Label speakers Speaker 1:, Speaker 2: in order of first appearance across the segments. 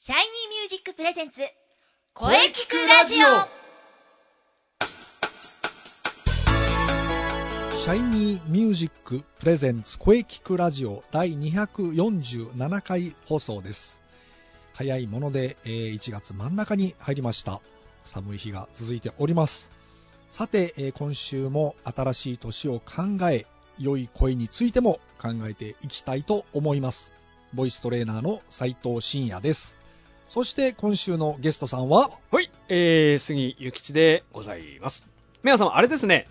Speaker 1: シャイニーミュージックプレゼンツ
Speaker 2: 声聞くラジオ
Speaker 3: シャイニーミュージックプレゼンツ声聞くラジオ第247回放送です早いもので、えー1月真ん中に入りました寒い日が続いておりますさて、えー今週も新しい年を考え良い声についても考えていきたいと思いますボイストレーナーの斉藤真也ですそして今週のゲストさんは
Speaker 2: はい、えー、杉ゆきちでございます。皆様、あれですね、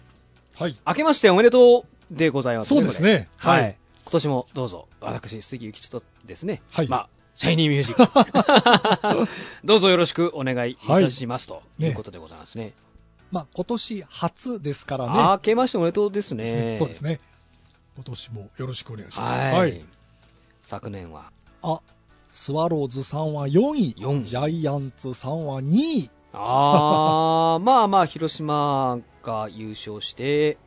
Speaker 4: はい。
Speaker 2: 明けましておめでとうでございます、
Speaker 4: そうですね。
Speaker 2: これ。はい。。今年もどうぞ、私、杉ゆきちとですね、
Speaker 4: はい
Speaker 2: まあ、シャイニーミュージ ック、どうぞよろしくお願いいたします、ということでございますね。
Speaker 3: まあ今年初ですからね
Speaker 2: 明けましておめでとうですね。
Speaker 4: そうですね。今年もよろしくお願いします。
Speaker 2: はい。。昨年は、
Speaker 3: あスワローズさんは4位
Speaker 2: 4
Speaker 3: ジャイアンツさんは2位
Speaker 2: あー、まあまあ、広島が優勝して、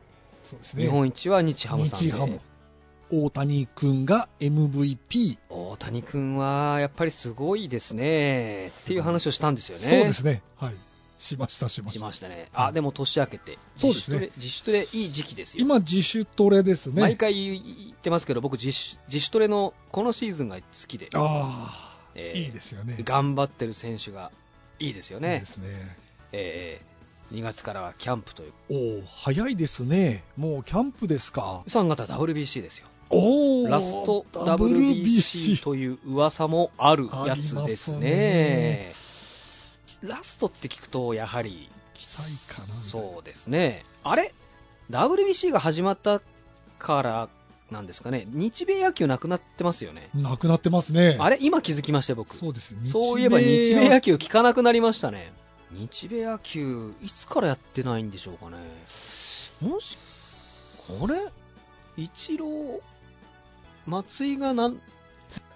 Speaker 4: そうですね。
Speaker 2: 日本一は日ハムさんで。
Speaker 4: 日ハム
Speaker 3: 大谷君が MVP
Speaker 2: 大谷君はやっぱりすごいですねっていう話をしたんですよね。
Speaker 4: そうですね。はい。しました、しま
Speaker 2: し
Speaker 4: した。
Speaker 2: ましたね。あ、でも年明けて。
Speaker 4: そうですね
Speaker 2: 自主トレ。自主トレいい時期ですよ。
Speaker 4: 今、自主トレですね。
Speaker 2: 毎回言ってますけど、僕自主、自主トレのこのシーズンが好きで、
Speaker 4: ああ、
Speaker 2: えー
Speaker 4: いいですよね。
Speaker 2: 頑張ってる選手がいいですよ
Speaker 4: いい
Speaker 2: ね
Speaker 4: で。すね。
Speaker 2: えー、2月からはキャンプという。
Speaker 3: おお早いですねもうキャンプですか
Speaker 2: 3月は WBC ですよ。
Speaker 4: お
Speaker 2: ラスト WBC という噂もあるやつです
Speaker 4: あり
Speaker 2: ね。ラストって聞くと、やはり、
Speaker 4: 期待かな。
Speaker 2: そうですね、あれ、WBC が始まったからなんですかね、日米野球なくなってますよね、
Speaker 4: なくなってますね。
Speaker 2: あれ、今気づきましたよ、僕、
Speaker 4: そうですね。
Speaker 2: そういえば日米野
Speaker 4: 球。
Speaker 2: 球聞かなくなりましたね、日米野球、いつからやってないんでしょうかね、もし、あれ、イチロー、松井がなん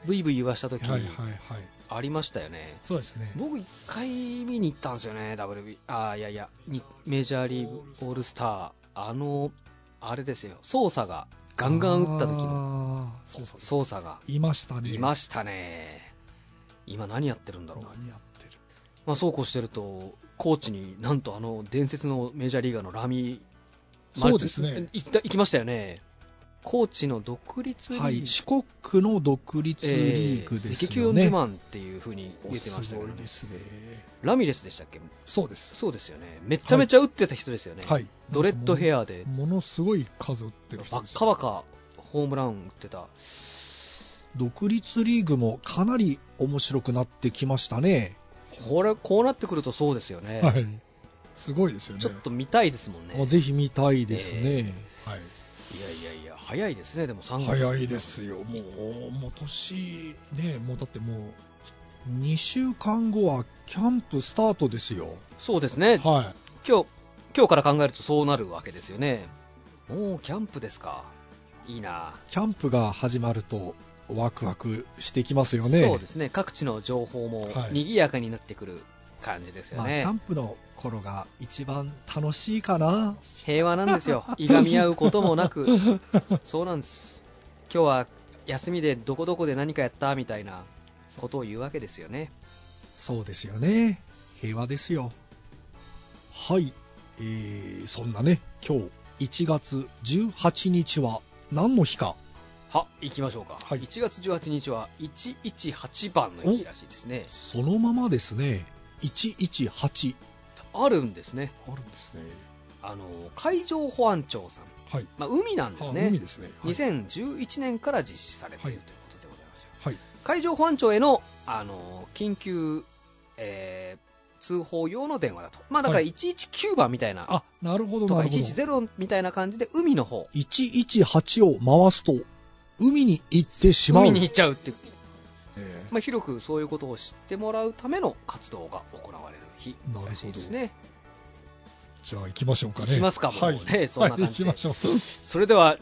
Speaker 2: ブイブイ言わした時
Speaker 4: はいはいはい。
Speaker 2: ありましたよね。
Speaker 4: そうですね。
Speaker 2: 僕一回見に行ったんですよね、WB、あーいやいや、にメジャーリーグオールスター、あの、あれですよ、操作が、ガンガン打った時の
Speaker 4: の。そうそう
Speaker 2: 操作が、
Speaker 4: いましたね。
Speaker 2: いましたね。今何やってるんだろう。
Speaker 4: 何やってる
Speaker 2: まあそうこうしてると、コーチになんとあの伝説のメジャーリーガーのラミ
Speaker 4: そうですね。
Speaker 2: 行った行きましたよね。コーチの独立リーグ、
Speaker 3: はい四国の独立リーグですよ
Speaker 2: えー
Speaker 3: ね、
Speaker 2: 月給40万っていうふうに言ってましたけ
Speaker 4: お
Speaker 2: ど、
Speaker 4: すごいですね。
Speaker 2: ラミレスでしたっけ
Speaker 4: そうです。
Speaker 2: そうですよね。めっちゃめちゃ打ってた人ですよね。
Speaker 4: はい。
Speaker 2: ドレッドヘ
Speaker 4: ア。
Speaker 2: アで、
Speaker 4: ものすごい数打ってる
Speaker 2: バ
Speaker 4: 人です
Speaker 2: ッカバカホームラン打ってた。
Speaker 3: 独立リーグもかなり面白くなってきましたね
Speaker 2: これ、こうなってくるとそうですよね。
Speaker 4: はい。すごいですよね。
Speaker 2: ちょっと見たいですもんね。い
Speaker 3: もうぜひ見たいですね、
Speaker 4: はい。
Speaker 2: やいやいや、早いですね、でも3月。
Speaker 4: 早いですよ。もう、もう年、ね、もうだっても
Speaker 3: 2週間後はキャンプスタートですよ
Speaker 2: そうです
Speaker 4: う、
Speaker 2: ね。
Speaker 4: は
Speaker 2: 今日、今日から考えるとそうなるわけですよね。もうキャンプですか。いいな。
Speaker 3: キャンプが始まるとワクワクしてきますよね。
Speaker 2: そうですね。各地の情報も
Speaker 4: はい
Speaker 2: 賑やかになってくる感じですよ
Speaker 3: まあ、キ
Speaker 2: ね。
Speaker 3: ャンプの頃が一番楽しいかな。
Speaker 2: 平和なんです よ、いがみ合うこともなく、そうなんです、今日は休みでどこどこで何かやったみたいなことを言うわけですよね、
Speaker 3: そうですよね。平和ですよ。はい。えー、そんなね、今日1月18日は何の日か。
Speaker 2: は行きましょうか、
Speaker 4: はい
Speaker 2: 1月18日は118番の日らしいですね、
Speaker 3: そのままですね。118。
Speaker 2: あるんですね、
Speaker 4: い。あるんですね。
Speaker 2: あの海上保安庁さん、
Speaker 4: はい。
Speaker 2: まあ、海なんです
Speaker 4: あ
Speaker 2: ね
Speaker 4: 海、ですね。はい
Speaker 2: 2011年から実施されている
Speaker 4: はい
Speaker 2: ということでございますよ、
Speaker 4: はい。
Speaker 2: 海上保安庁へのあの緊急、えー通報用の電話だと、まあ、だか
Speaker 4: は
Speaker 2: ら
Speaker 4: い
Speaker 2: 119番みたいな。
Speaker 4: あ、なるほど、
Speaker 2: と
Speaker 4: な
Speaker 2: か
Speaker 4: るほど。
Speaker 2: 110みたいな感じで海の方
Speaker 3: 118を回すと、海に行ってしまう
Speaker 2: 海。に行っちゃうっていう、
Speaker 4: え
Speaker 2: まあ、広くそういうことを知ってもらうための活動が行われる日らしいですね
Speaker 4: ーじゃあ行きましょうかね。
Speaker 2: 行きますかもうね
Speaker 4: はい。
Speaker 2: そんな感じで
Speaker 4: はい、行きましょう。
Speaker 2: それでは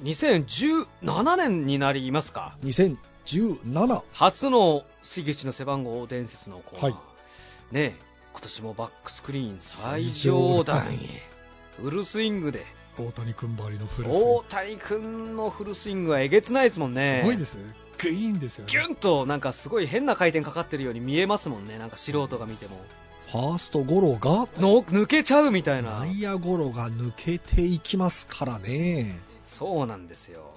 Speaker 2: 2017年になりますか
Speaker 3: 2017。
Speaker 2: 初の杉内の背番号伝説のコーナー、
Speaker 4: は
Speaker 2: ねえ今年もバックスクリーン最上段へ
Speaker 4: 最上
Speaker 2: フルスイングで
Speaker 4: 大谷君ばりのフルスイング
Speaker 2: 大谷君のフルスイングはえげつないですもんね
Speaker 4: すごいですね。
Speaker 5: くいいんですよ
Speaker 2: ギ
Speaker 5: ね。
Speaker 2: ュンとなんかすごい変な回転かかってるように見えますもんねなんか素人が見ても
Speaker 4: ファーストゴロが
Speaker 2: の抜けちゃうみたいな
Speaker 4: 内野ゴロが抜けていきますからね
Speaker 2: そうなんですよ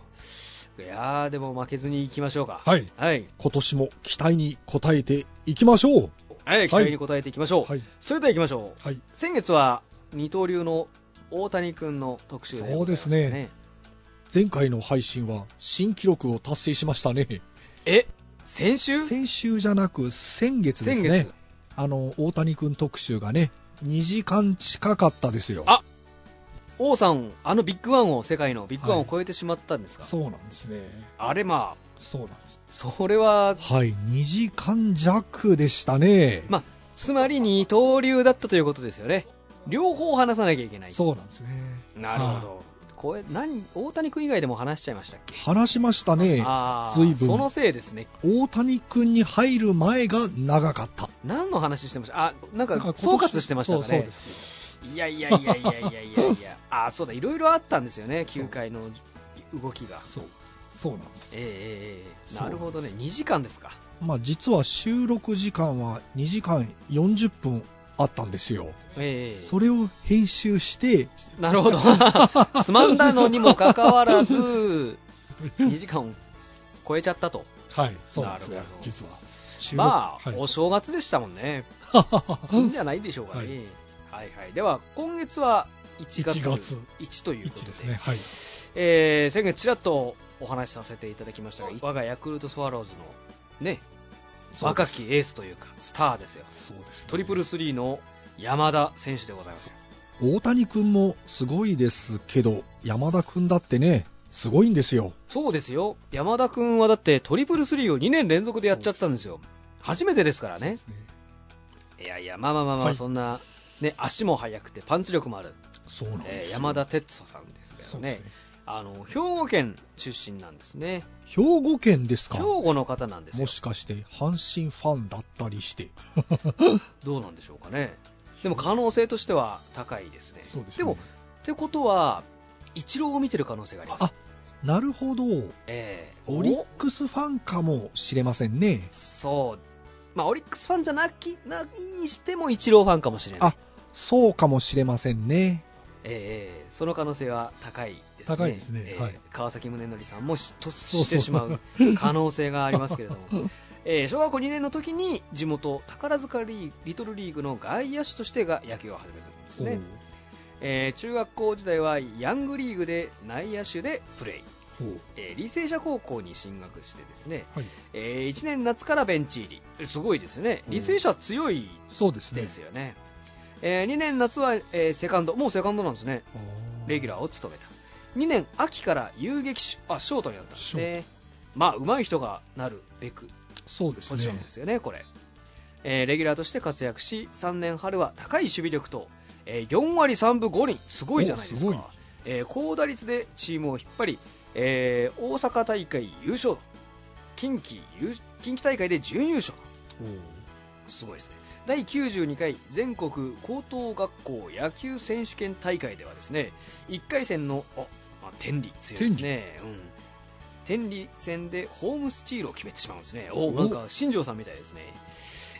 Speaker 2: いやーでも負けずにいきましょうか
Speaker 5: はい。
Speaker 2: はい、
Speaker 4: 今年も期待に応えていきましょう
Speaker 2: はい、期待に応えていきましょう、
Speaker 5: はい。
Speaker 2: それではいきましょう、
Speaker 5: はい
Speaker 2: 先月は二刀流の大谷君の特集でございました
Speaker 5: そうです
Speaker 4: 前回の配信は新記録を達成しましたね
Speaker 2: え先週
Speaker 4: 先週じゃなく先月です
Speaker 2: 先
Speaker 4: ね
Speaker 2: 月、
Speaker 4: あの大谷君特集がね2時間近かったですよ
Speaker 2: あ王さんあのビッグワンを世界のビッグワンを
Speaker 5: はい
Speaker 2: 超えてしまったんですか、
Speaker 5: そうなんですね。
Speaker 2: あれまあ
Speaker 5: そうなんです。
Speaker 2: それ
Speaker 4: は
Speaker 2: は、
Speaker 4: い2時間弱でしたね、
Speaker 2: まつまり二刀流だったということですよね両方話さなきゃいけない
Speaker 5: そうなんですね。
Speaker 2: なるほどこれ何大谷君以外でも話しちゃいましたっけ
Speaker 4: 話しましたね
Speaker 2: あ
Speaker 4: 随
Speaker 2: あ
Speaker 4: 分
Speaker 2: そのせいですね
Speaker 4: 大谷君に入る前が長かった
Speaker 2: 何の話してましたあ
Speaker 5: な
Speaker 2: なん
Speaker 5: んか
Speaker 2: か
Speaker 5: 今年
Speaker 2: 総括してましたかね
Speaker 5: そうそうです。
Speaker 2: いやいやいやいやいやいやい やあそうだいろいろあったんですよね9回の動きが
Speaker 5: そう。そうなんです。
Speaker 2: ええええええ
Speaker 5: そう
Speaker 2: なるほどね2時間ですか
Speaker 4: まあ実は収録時間は2時間40分あったんですよ
Speaker 2: ええ
Speaker 4: それを編集して
Speaker 2: なるほ どつまんだのにもかかわら ず2時間を超えちゃったと
Speaker 5: はい。そうなんですね
Speaker 2: なるほど。
Speaker 5: 実は。収録
Speaker 2: まあ、
Speaker 5: はい
Speaker 2: お正月でしたもんねいいんじゃないでしょうかねはい、はいでは今月は1月
Speaker 5: 1月
Speaker 2: ,1 ということ
Speaker 5: 一
Speaker 2: で
Speaker 5: ですね。はい。
Speaker 2: えー先月ちらっとお話しさせていただきましたが我がヤクルトスワローズのね若きエースというかスターですよ
Speaker 5: そうですね
Speaker 2: トリプルスリーの山田選手でございますよ
Speaker 4: 大谷君もすごいですけど山田君だってねすごいんですよ
Speaker 2: そうですよ山田君はだってトリプルスリーを2年連続でやっちゃったんですよ初めてですから
Speaker 5: そう
Speaker 2: ね
Speaker 5: ですね。
Speaker 2: いやいやまあまあまあまあ、
Speaker 5: はい
Speaker 2: そんなね足も速くてパンチ力もある、
Speaker 5: そうなんで
Speaker 2: え
Speaker 5: す
Speaker 2: ー
Speaker 5: よ。
Speaker 2: 山田哲人さんですけ
Speaker 5: そ
Speaker 2: ど
Speaker 5: う
Speaker 2: ね
Speaker 5: ですね。
Speaker 2: あの兵庫県出身なんですね
Speaker 4: 兵庫県ですか
Speaker 2: 兵庫の方なんですよ
Speaker 4: もしかして阪神ファンだったりして
Speaker 2: どうなんでしょうかねでも可能性としては高いですね
Speaker 5: そうですね。
Speaker 2: でもってことはイチローを見てる可能性があります
Speaker 4: あなるほど
Speaker 2: ええ
Speaker 4: オリックスファンかもしれませんね
Speaker 2: そうまあオリックスファンじゃなきないにしてもイチローファンかもしれない
Speaker 4: あそうかもしれませんね
Speaker 2: ええええその可能性は高いですね
Speaker 5: 高いですね
Speaker 2: ええ
Speaker 5: はい
Speaker 2: 川崎宗則さんも嫉妬
Speaker 5: うそう
Speaker 2: してしまう可能性がありますけれどもええ小学校2年の時に地元宝塚リーリトルリーグの外野手としてが野球を始めたんですね、ええ中学校時代はヤングリーグで内野手でプレイ
Speaker 5: おう。おう
Speaker 2: えー履正社高校に進学してですね、
Speaker 5: はい
Speaker 2: え1年夏からベンチ入りえすごいですね履正社強い
Speaker 5: そうですね
Speaker 2: で。すよね、え2年夏は、えーセカンドもうセカンドなんですねレギュ
Speaker 5: ラ
Speaker 2: ラーを務めた2年秋から遊撃手あショートになったんですねまあ上手い人がなるべく
Speaker 5: ー。そうです
Speaker 2: ポジション
Speaker 5: ね
Speaker 2: で。すよねこれ、えーレギュラーとして活躍し3年春は高い守備力と、えー4割3分5厘すごいじゃないですか
Speaker 5: おすごい
Speaker 2: えー高打率でチームを引っ張り、えー大阪大会優勝と近畿優近畿大会で準優勝とすごいですね第92回全国高等学校野球選手権大会ではですね1回戦のあ、まあ、天理強いですねうん天理戦でホームスチールを決めてしまうんですねお
Speaker 5: お
Speaker 2: なんか新庄さんみたいですね、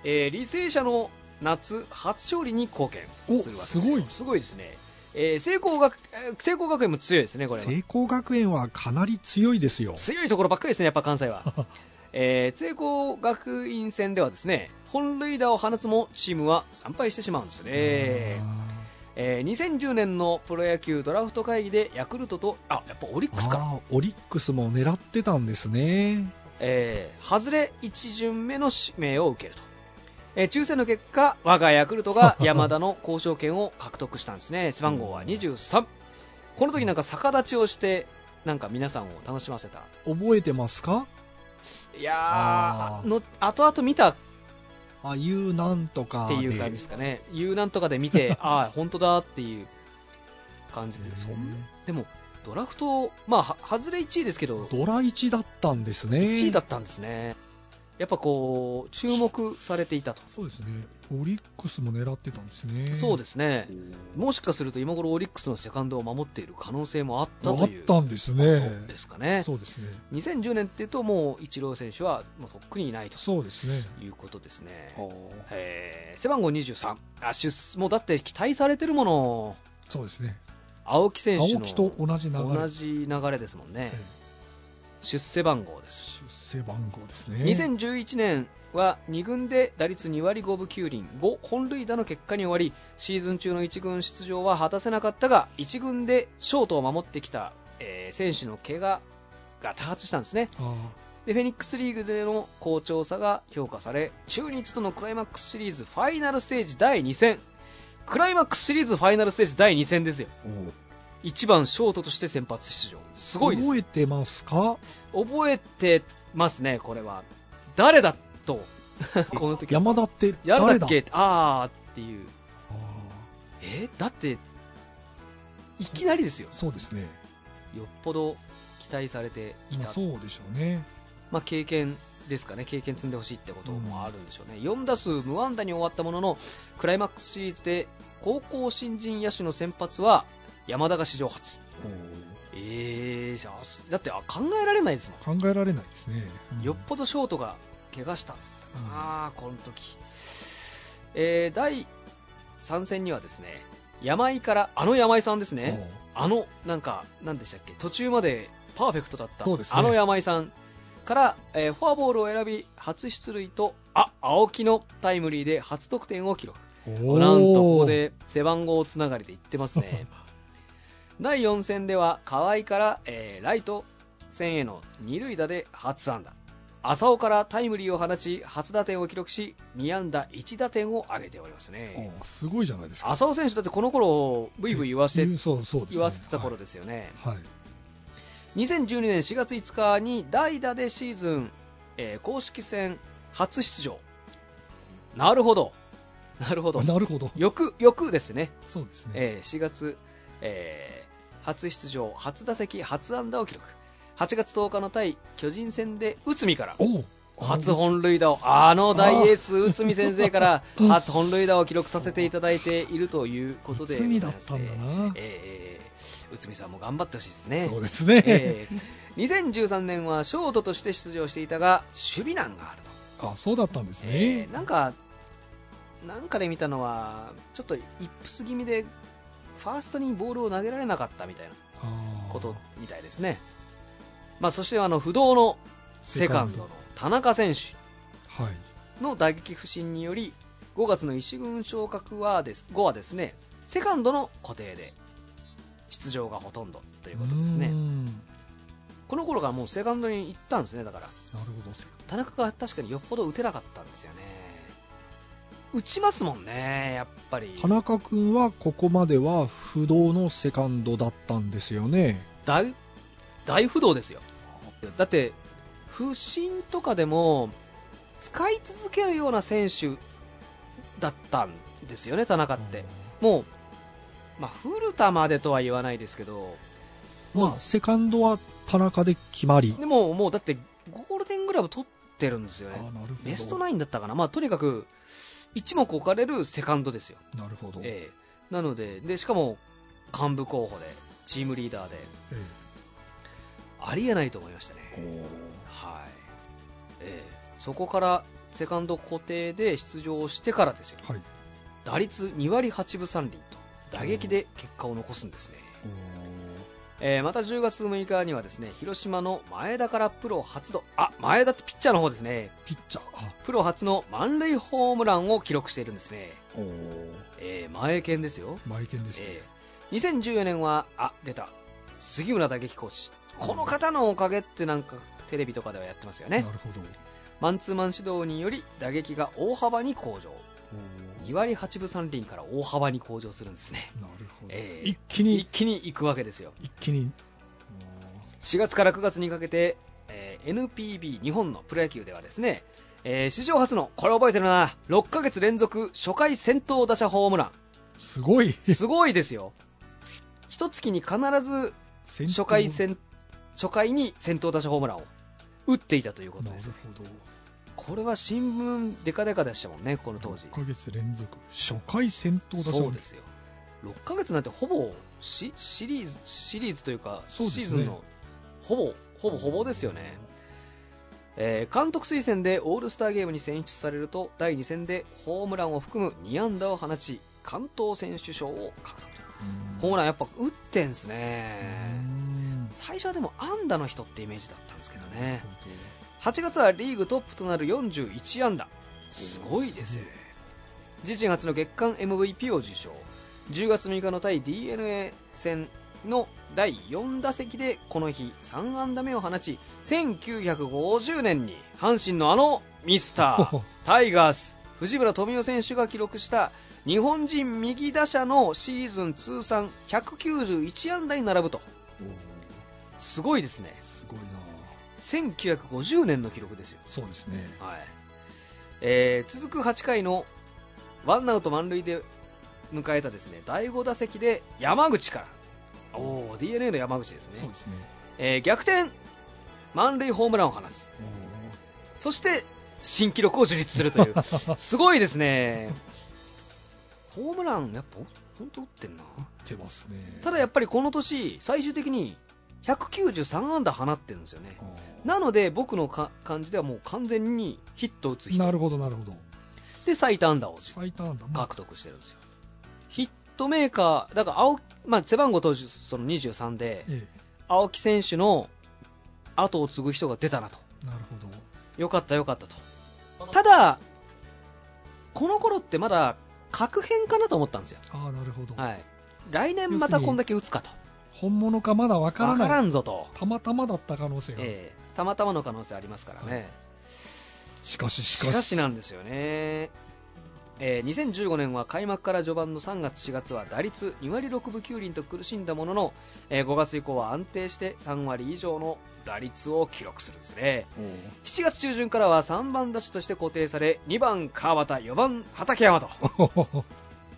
Speaker 2: えー履正社の夏初勝利に貢献する
Speaker 5: お
Speaker 2: わけですよ
Speaker 5: すごい
Speaker 2: すごいですね、えー、聖光学えー聖光学園も強いですねこれは
Speaker 4: 聖光学園はかなり強いですよ
Speaker 2: 強いところばっかりですね、やっぱ 関西は。えー、聖光学院戦ではですね本塁打を放つもチームは惨敗してしまうんですね、えー2010年のプロ野球ドラフト会議でヤクルトとあやっぱオリックスか、
Speaker 4: あーオリックスも狙ってたんですね
Speaker 2: えー、外れ1巡目の指名を受けると、えー抽選の結果我がヤクル トが山田の交渉権を獲得したんですね背番号は23この時なんか逆立ちをしてなんか皆さんを楽しませた
Speaker 4: 覚えてますか
Speaker 2: いやー
Speaker 4: あー
Speaker 2: の後々見た
Speaker 4: あいうなんとか
Speaker 2: っていう感じですかね、遊覧とかで 見て、ああ、本当だっていう感じで、そんでも、ドラフト、まあ、は外れ1位ですけど、
Speaker 4: ドラ1だったんですね
Speaker 2: 1位だったんですね、やっぱこう、注目されていたと。
Speaker 4: そうですね。オリックスも狙ってたんですね。。
Speaker 2: そうですすね。もしかすると今頃オリックスのセカンドを守っている可能性もあった
Speaker 4: あ
Speaker 2: と
Speaker 4: っ
Speaker 2: いう
Speaker 4: たんです
Speaker 2: こと
Speaker 4: ね。
Speaker 2: ですかね。
Speaker 4: そうですね。
Speaker 2: 2010年っていうともうイチロー選手はもうとっくにいないと
Speaker 4: そうですね。
Speaker 2: いうことですね。
Speaker 3: あ
Speaker 2: えー背番号23あ出、もうだって期待されてるもの、
Speaker 4: そうですね。
Speaker 2: 青木選手
Speaker 4: 青
Speaker 2: の
Speaker 4: 木と同じ流れ。
Speaker 2: 同じ流れですもんね、
Speaker 4: ええ
Speaker 2: 出世番号です、
Speaker 4: 出世番号ですね。
Speaker 2: 2011年は2軍で打率2割5分9厘、5本塁打の結果に終わり、シーズン中の1軍出場は果たせなかったが、1軍でショートを守ってきた、えー選手の怪我が多発したんですね。
Speaker 4: あ
Speaker 2: でフェニックスリーグでの好調さが評価され中日とのクライマックスシリーズファイナルステージ第2戦クライマックスシリーズファイナルステージ第2戦ですよ1番ショートとして先発出場すごいです
Speaker 3: 覚えてます か
Speaker 2: 覚えてますねこれは誰だとこの時
Speaker 3: 山田って
Speaker 2: 誰
Speaker 3: 誰
Speaker 2: だ
Speaker 3: だ
Speaker 2: っけあーっていう
Speaker 4: あ
Speaker 2: えーだっていきなりですよ
Speaker 4: そうですね。
Speaker 2: よっぽど期待されてい
Speaker 4: まあ
Speaker 2: た
Speaker 4: そうでしょうね。
Speaker 2: まあ、経験ですかね、経験積んでほしいってこともあるんでしょうね、4打数無安打に終わったものの、クライマックスシリーズで高校新人野手の先発は山田が史上初、えー、じゃあだってあ考えられないですも
Speaker 4: 考えられないですね。うん
Speaker 2: ん、よっぽどショートが怪我した、
Speaker 4: うん
Speaker 2: あー、この時、えー、第3戦にはですね山井から、あの山井さんですね。あの、なんか、なんでしたっけ、途中までパーフェクトだった、
Speaker 4: そうですね
Speaker 2: あの山井さんから、えーフォアボールを選び、初出塁と、あ青木のタイムリーで初得点を記録。
Speaker 4: おー
Speaker 2: なんとここで背番号つながりでいってます ね。第4戦では、河合から、えーライト線への二塁打で初安打。浅尾からタイムリーを放ち、初打点を記録し、2安打1打点を挙げております
Speaker 4: あ
Speaker 2: ね。
Speaker 4: ーすごいじゃないですか。
Speaker 2: 浅尾選手だってこの頃、ブイブイ言わせて
Speaker 4: うんそうそうですね
Speaker 2: 言わせてた頃ですよね、
Speaker 4: はい。
Speaker 2: 2012年4月5日に代打でシーズン、えー公式戦初出場なるほどなるほど
Speaker 4: はいなるほど。
Speaker 2: 翌翌ですね、
Speaker 4: そうですね。
Speaker 2: えー4月、えー初出場初打席初安打を記録8月10日の対巨人戦で内海から
Speaker 4: おう
Speaker 2: 初本塁打をあの大エース内海先 生から初本塁打を記録させていただいているということで
Speaker 4: 罪だったんだな。
Speaker 2: えー、内海さんも頑張ってほしいですね。
Speaker 4: そうですね。
Speaker 2: え ー2013年はショートとして出場していたが、守備難があると。
Speaker 4: あ、そうだったんです
Speaker 2: え
Speaker 4: ね
Speaker 2: ー。なんか、なんかで見たのは、ちょっとイップス気味で、ファーストにボールを投げられなかったみたいな
Speaker 4: あー
Speaker 2: ことみたいですね。まあ、そしてあの不動のセカンドの田中選手
Speaker 4: はい。
Speaker 2: の打撃不振により、5月の一軍昇格はです後はですね、セカンドの固定で出場がほとんどということですね
Speaker 4: うー。んな
Speaker 2: この頃からもうセカンドに行ったんですね、だから。
Speaker 4: るほど。せ
Speaker 2: 田中が確かによっぽど打てなかったんですよね。打ちますもんね、やっぱり。
Speaker 3: 田中君はここまでは不動のセカンドだったんですよね
Speaker 2: 大、大不動ですよ。だって、不振とかでも、使い続けるような選手だったんですよね、田中って。もう、まあ、古田までとは言わないですけど、
Speaker 3: まあセカンドは田中で決まり
Speaker 2: でも、もうだって、ゴールデングラブ取ってるんですよ
Speaker 4: あ
Speaker 2: ね
Speaker 4: ー。なるほど。
Speaker 2: ベストナインだったかな、まあ、とにかく一目置かれるセカンドですよ、
Speaker 4: なるほど。え
Speaker 2: ええなのでで、しかも幹部候補で、チームリーダーで、
Speaker 4: え
Speaker 2: ありえないと思いましたね、はいええそこからセカンド固定で出場してからですよ、
Speaker 4: はい。
Speaker 2: 打率2割8分3厘と、打撃で結果を残すんですね。えーまた10月6日にはですね広島の前田からプロ初度あ前田ってピッチャーの方ですね
Speaker 3: ピッチャーあ
Speaker 2: プロ初の満塁ホームランを記録しているんですね、えー前剣ですよ、
Speaker 4: マイケンですね。
Speaker 2: えー2014年はあ出た杉村打撃コーチこの方のおかげってなんかテレビとかではやってますよ
Speaker 4: な
Speaker 2: ね
Speaker 4: るほど。
Speaker 2: マンツーマン指導により打撃が大幅に向上2割8分3厘から大幅に向上するんですね、
Speaker 4: なるほど。
Speaker 2: ええ
Speaker 4: 一気
Speaker 2: 一
Speaker 4: に、
Speaker 2: 気に行くわけですよ
Speaker 4: 一気に。
Speaker 2: 4月から9月にかけて、えー NPB 日本のプロ野球ではですね、えー史上初のこれ覚えてるな6ヶ月連続初回先頭打者ホームラン
Speaker 4: すごい。
Speaker 2: すごいで すよ一月に必ず
Speaker 4: 先
Speaker 2: 初回。戦初回に先頭打者ホームランを打っていたということ
Speaker 4: な
Speaker 2: で
Speaker 4: る
Speaker 2: す、
Speaker 4: ほど。
Speaker 2: これは新聞デカデカでしたもんね、この当時
Speaker 4: 6。ヶ月連続初回戦闘だ
Speaker 2: そ
Speaker 4: そうう
Speaker 2: で
Speaker 4: です
Speaker 2: すよ。6ヶ月なんてほぼシシリーズ、シリーズというか、
Speaker 4: そうです
Speaker 2: シ
Speaker 4: ね
Speaker 2: ーズンのほぼ、ほぼほぼですよね。えー監督推薦でオールスターゲームに選出されると、第2戦でホームランを含む2安打を放ち、関東選手賞を獲得。ホームランやっぱ打ってんすね。
Speaker 4: ン
Speaker 2: 最初はでも安打の人ってイメージだったんですけどね。8月はリーグトップとなる41安打すごいですよね自身初の月間 MVP を受賞10月6日の対 d n a 戦の第4打席でこの日3安打目を放ち1950年に阪神のあのミス タータイガース藤村富美選手が記録した日本人右打者のシーズン通算191安打に並ぶとすごいですね
Speaker 4: すごいな
Speaker 2: 1950年の記録ですよ
Speaker 4: そうですね
Speaker 2: はいえー続く8回のワンアウト満塁で迎えたですね第5打席で山口からおお d n a の山口です
Speaker 4: そう
Speaker 2: ね
Speaker 4: ですね
Speaker 2: えー逆転満塁ホームランを放つそして新記録を樹立する というすごいですねホームランやっぱ本当打ってんな
Speaker 4: 出ますね
Speaker 2: ただやっぱりこの年最終的に193安打放ってるんですよねなので僕のか感じではもう完全にヒットを打つ人
Speaker 4: なるほどなるほど
Speaker 2: で最多安打を
Speaker 4: 最多なんだ
Speaker 2: 獲得してるんですよヒットメーカーだから青木、まあ、背番号当時その23で
Speaker 4: え
Speaker 2: 青木選手の後を継ぐ人が出たなと
Speaker 4: えなるほど
Speaker 2: よかったよかったとただこの頃ってまだ確変かなと思ったんですよ、
Speaker 4: ああなるほど
Speaker 2: はい、来年またこんだけ打つかと
Speaker 4: 本物かまだわから
Speaker 2: 分か
Speaker 4: な
Speaker 2: ら
Speaker 4: い
Speaker 2: んぞと、
Speaker 4: たまたまだった可能性がある
Speaker 2: ええたまたまの可能性ありますからね、
Speaker 4: しかしし
Speaker 2: し
Speaker 4: か
Speaker 2: か
Speaker 4: し
Speaker 2: しなんですよね、えー2015年は開幕から序盤の3月、4月は打率2割6分9厘と苦しんだものの、え5月以降は安定して3割以上の打率を記録するんですね7月中旬からは3番打者として固定され2番、川端4番、畠 山と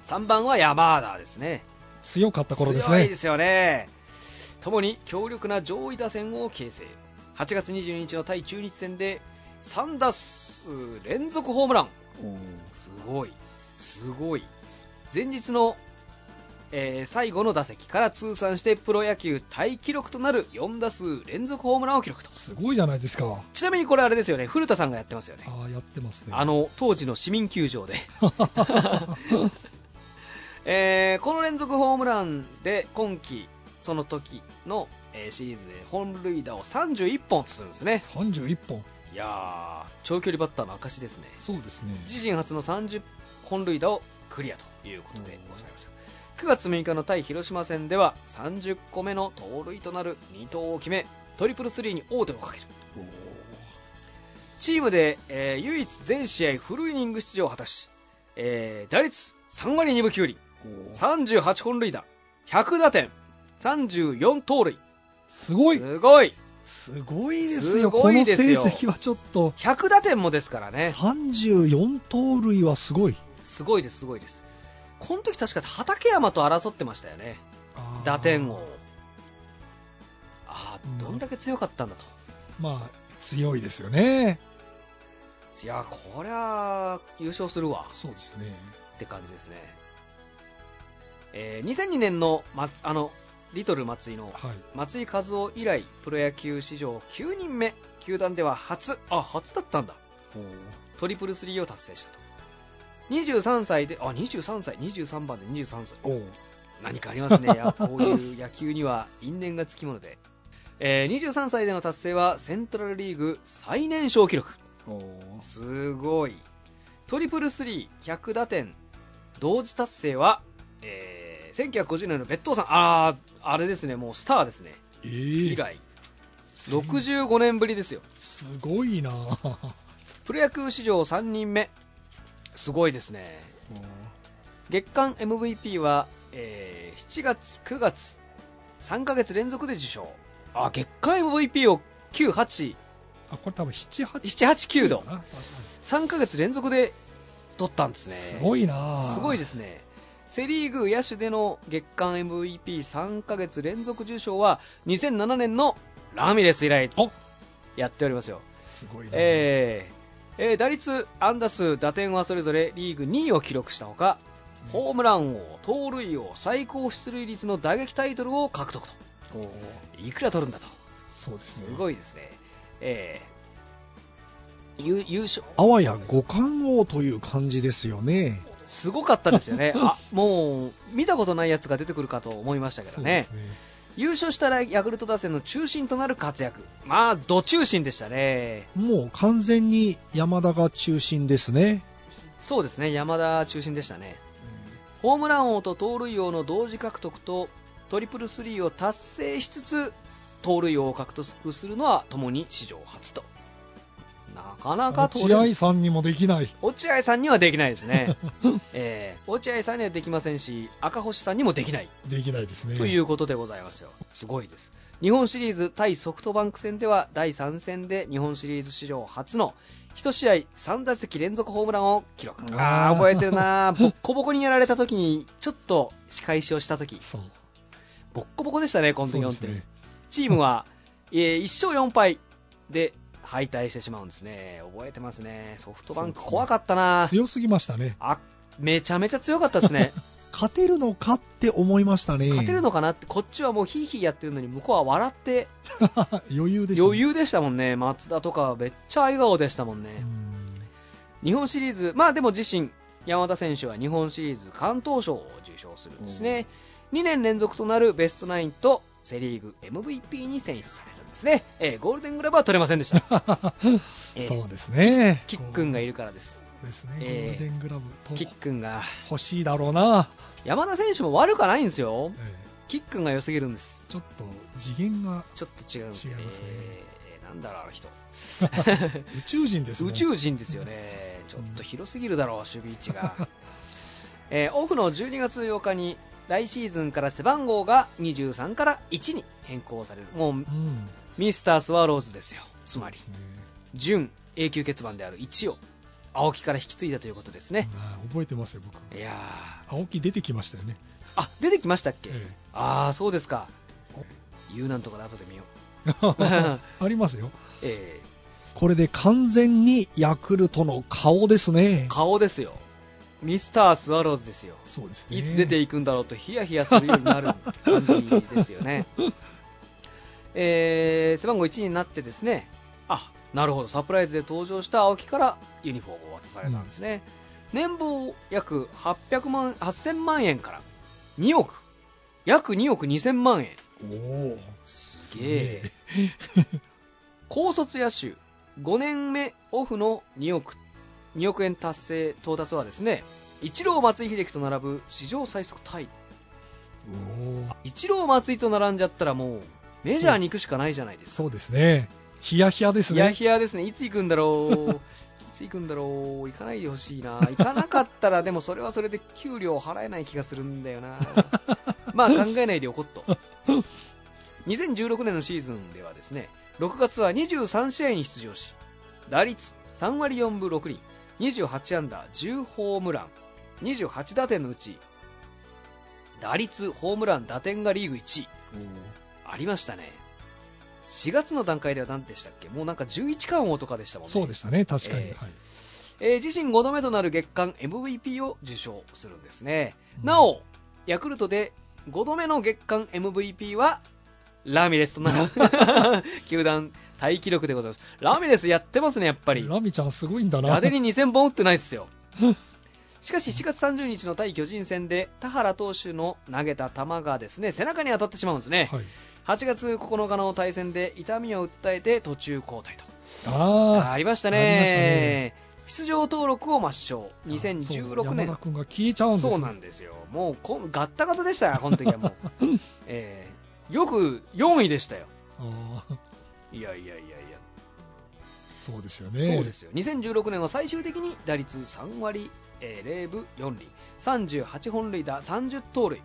Speaker 2: 3番は山田ですね
Speaker 4: 強かった頃です
Speaker 2: 強い
Speaker 4: ね
Speaker 2: ですよねともに強力な上位打線を形成8月22日の対中日戦で3打数連続ホームランすごい、すごい。前日の、えー最後の打席から通算してプロ野球タイ記録となる4打数連続ホームランを記録と。
Speaker 4: すごいじゃないですか
Speaker 2: ちなみにこれあれですよね、古田さんがやってますよね。
Speaker 4: ああやってますね
Speaker 2: あの、当時の市民球場で。 えーこの連続ホームランで今季、その時の、えーシリーズで本塁打を31本するんですね。
Speaker 4: 31本
Speaker 2: いやー、長距離バッターの証ですね。
Speaker 4: そうですね
Speaker 2: 自身初の30本塁打をクリアということでございました9月6日の対広島戦では30個目の盗塁となる2投を決めトリプルスリーに王手をかけるチームで、えー唯一全試合フルイニング出場を果たし、えー打率3割2分9厘38本塁打100打点34盗塁
Speaker 4: すごい
Speaker 2: すごい
Speaker 4: すごいですよ
Speaker 2: すごいですよ
Speaker 4: この成績はちょっと
Speaker 2: 100打点もですからね
Speaker 3: 34盗塁はすごい
Speaker 2: すごいですすごいですこの時確か畠山と争ってましたよね
Speaker 4: あー
Speaker 2: 打点王あ
Speaker 4: う
Speaker 2: あ
Speaker 4: ん
Speaker 2: どんだけ強かったんだと、
Speaker 4: まあ強いですよね
Speaker 2: いやこりゃ優勝するわ
Speaker 4: そうですね
Speaker 2: って感じですね、えー2002年の松あのリトル松井の
Speaker 4: はい
Speaker 2: 松井和夫以来プロ野球史上9人目球団では初あ初だったんだトリプルスリーを達成したと23歳であ23歳23番で23歳
Speaker 4: お
Speaker 2: 何かありますね、いやこういう野球には因縁がつきもので、えー23歳での達成はセントラルリーグ最年少記録、
Speaker 4: お
Speaker 2: すごい、トリプルスリー100打点、同時達成は、えー1950年の別当さん、あー、あれですね、もうスターですね、
Speaker 4: ええ
Speaker 2: 以来、65年ぶりですよ、
Speaker 4: すごいな
Speaker 2: プロ野球史上3人目、すごいですね、月間 MVP は、えー7月、9月、3ヶ月連続で受賞。あ、月間 MVP を9、8、
Speaker 4: あこれ多分7 8
Speaker 2: 7、8、9度。
Speaker 4: な
Speaker 2: 3ヶ月連続で取ったんですね。
Speaker 4: す
Speaker 2: い。
Speaker 4: ごいな
Speaker 2: すごいですすね。セ・リーグ野手での月間 MVP3 ヶ月連続受賞は2007年のラミレス以来
Speaker 4: お
Speaker 2: やっておりますよ。
Speaker 4: すごいな
Speaker 2: えーえー打率、安打数、打点はそれぞれリーグ2位を記録したほか、ホームラン王、盗塁王、最高出塁率の打撃タイトルを獲得と、
Speaker 4: おー
Speaker 2: いくら取るんだと、
Speaker 4: そうです
Speaker 2: す
Speaker 4: ね。
Speaker 2: ごいですね、えーゆ優勝、
Speaker 3: あわや五冠王という感じですよね。
Speaker 2: すごかったです よね、あもう見たことないやつが出てくるかと思いましたけ
Speaker 4: そ
Speaker 2: ど
Speaker 4: うで
Speaker 2: ね
Speaker 4: す、ね。
Speaker 2: 優勝したらヤクルト打線の中心となる活躍、まあ、ど中心でしたね。
Speaker 3: もう完全に山田が中心ですね。
Speaker 2: そうですね山田中心でしたねホームラン王と盗塁王の同時獲得とトリプルスリーを達成しつつ盗塁王を獲得するのはともに史上初となかなか盗
Speaker 4: 落
Speaker 2: 塁
Speaker 4: 合さんにもできない。
Speaker 2: 落合さんにはできないですね、 えー落合さんにはできませんし赤星さんにもできない
Speaker 4: できないですね。
Speaker 2: ということでございますよすごいです日本シリーズ対ソフトバンク戦では第3戦で日本シリーズ史上初の1試合3打席連続ホームランを記録あ
Speaker 4: あ
Speaker 2: ー
Speaker 4: ー
Speaker 2: 覚えてるなーボッコボコにやられた時にちょっと仕返しをした時
Speaker 4: そう。
Speaker 2: ボッコボコでしたね今
Speaker 4: そ
Speaker 2: 度
Speaker 4: うで
Speaker 2: 4
Speaker 4: す
Speaker 2: 点、
Speaker 4: ね。
Speaker 2: チームは、えー1勝4敗で敗退してしまうんですね覚えてますねソフトバンク
Speaker 4: そうですね
Speaker 2: 怖かったなー
Speaker 4: 強すぎましたね。
Speaker 2: あめちゃめちゃ強かったです ね
Speaker 3: 勝てるのかって思いましたね。
Speaker 2: 勝てるのかなってこっちはもうヒーヒーやってるのに向こうは笑って
Speaker 4: 余裕でしたね。
Speaker 2: 余裕でしたもんね、松田とかはめっちゃ笑顔でしたもんね、
Speaker 4: うん
Speaker 2: 日本シリーズ、まあでも自身、山田選手は日本シリーズ関東賞を受賞するんですね、2年連続となるベストナインとセ・リーグ MVP に選出されるんですね、えーゴールデングラブは取れませんでした、えー
Speaker 4: そうですね。
Speaker 2: キックンがいるからです、
Speaker 4: そうですね。ゴ
Speaker 2: えー
Speaker 4: ールデングラブと
Speaker 2: キックンが、
Speaker 4: 欲しいだろうな。
Speaker 2: 山田選手も悪くはないんですよ
Speaker 4: え、え
Speaker 2: キックンが良すぎるんです。
Speaker 4: ちょっと次元が
Speaker 2: ちょっと違うんですよね
Speaker 4: 違いますね
Speaker 2: えーなんだろうあの人
Speaker 4: 宇宙人ですね。
Speaker 2: 宇宙人ですよね、ちょっと広すぎるだろう、守備位置が。 えーオフの12月8日に来シーズンから背番号が23から1に変更される、もう
Speaker 4: うん。
Speaker 2: ミスタースワローズですよ、つまり
Speaker 4: です、ね。
Speaker 2: 準永久欠番である1を青木から引き継いだということですね。
Speaker 4: あー覚えてますよ、僕。
Speaker 2: いやー
Speaker 4: 青木出てきましたよね。
Speaker 2: あ出てきましたっけ、
Speaker 4: え
Speaker 2: ああ、そうですか、言うなんとかで後で見よう。
Speaker 4: え ありますよ。
Speaker 2: え
Speaker 3: これで完全にヤクルトの顔ですね
Speaker 2: ー。顔ですよ、ミスタースワローズですよ。
Speaker 4: そうですね。
Speaker 2: いつ出ていくんだろうとヒヤヒヤするようになる感じですよ ね。えー背番号1になってですね、あ、なるほど、サプライズで登場した青木からユニフォームを渡されたんですね。年俸約800万、8000万円から2億、約2億2000万円。
Speaker 4: おお。
Speaker 2: すげえ。高卒野手、5年目オフの2億、2億円達成、到達はですね、一郎松井秀喜と並ぶ史上最速タイ
Speaker 4: おお。
Speaker 2: 一郎松井と並んじゃったらもうメジャーに行くしかないじゃないですか、
Speaker 4: そうですね。ヒヤヒヤです
Speaker 2: ヒヤ
Speaker 4: ね。
Speaker 2: ヒヤですねいつ行くん だろういつ行くんだろう行かないでほしいな行かなかったらでもそれはそれで給料払えない気がするんだ よなまあ考えないでおこっと2016年のシーズンではですね6月は23試合に出場し打率3割4分6厘28安打10ホームラン28打点のうち打率ホームラン打点がリーグ1位ありましたね。4月の段階では何でしたっけもうなんか11冠王とかでしたもんね。
Speaker 4: そうでしたね、確かに。
Speaker 2: ええ
Speaker 4: はい
Speaker 2: えー自身5度目となる月間 MVP を受賞するんですね。なお、ヤクルトで5度目の月間 MVP は、ラミレスとなる 球団タイ記録でございます。ラミレスやってますね、やっぱり。
Speaker 4: ラミちゃんすごいんだな。
Speaker 2: 当てに2000本打ってないですよ。しかし7月30日の対巨人戦で田原投手の投げた球がですね背中に当たってしまうんですね、
Speaker 4: はい。
Speaker 2: 8月9日の対戦で痛みを訴えて途中交代とあ
Speaker 4: あ
Speaker 2: りまし
Speaker 4: あ
Speaker 2: た
Speaker 4: りま
Speaker 2: ね出場登録を抹消
Speaker 4: あ。そう
Speaker 2: 2016
Speaker 4: 山
Speaker 2: 年
Speaker 4: 田君が消えちゃうんですね
Speaker 2: そうなんですよもうこんガッタガタでしたよこの時 はもう、えーよく4位でしたよ
Speaker 4: ああ
Speaker 2: いやいやいやいや
Speaker 4: そうですよね。
Speaker 2: そうですよ2016年は最終的に打率3割、えー、0分4厘38本塁打30盗塁、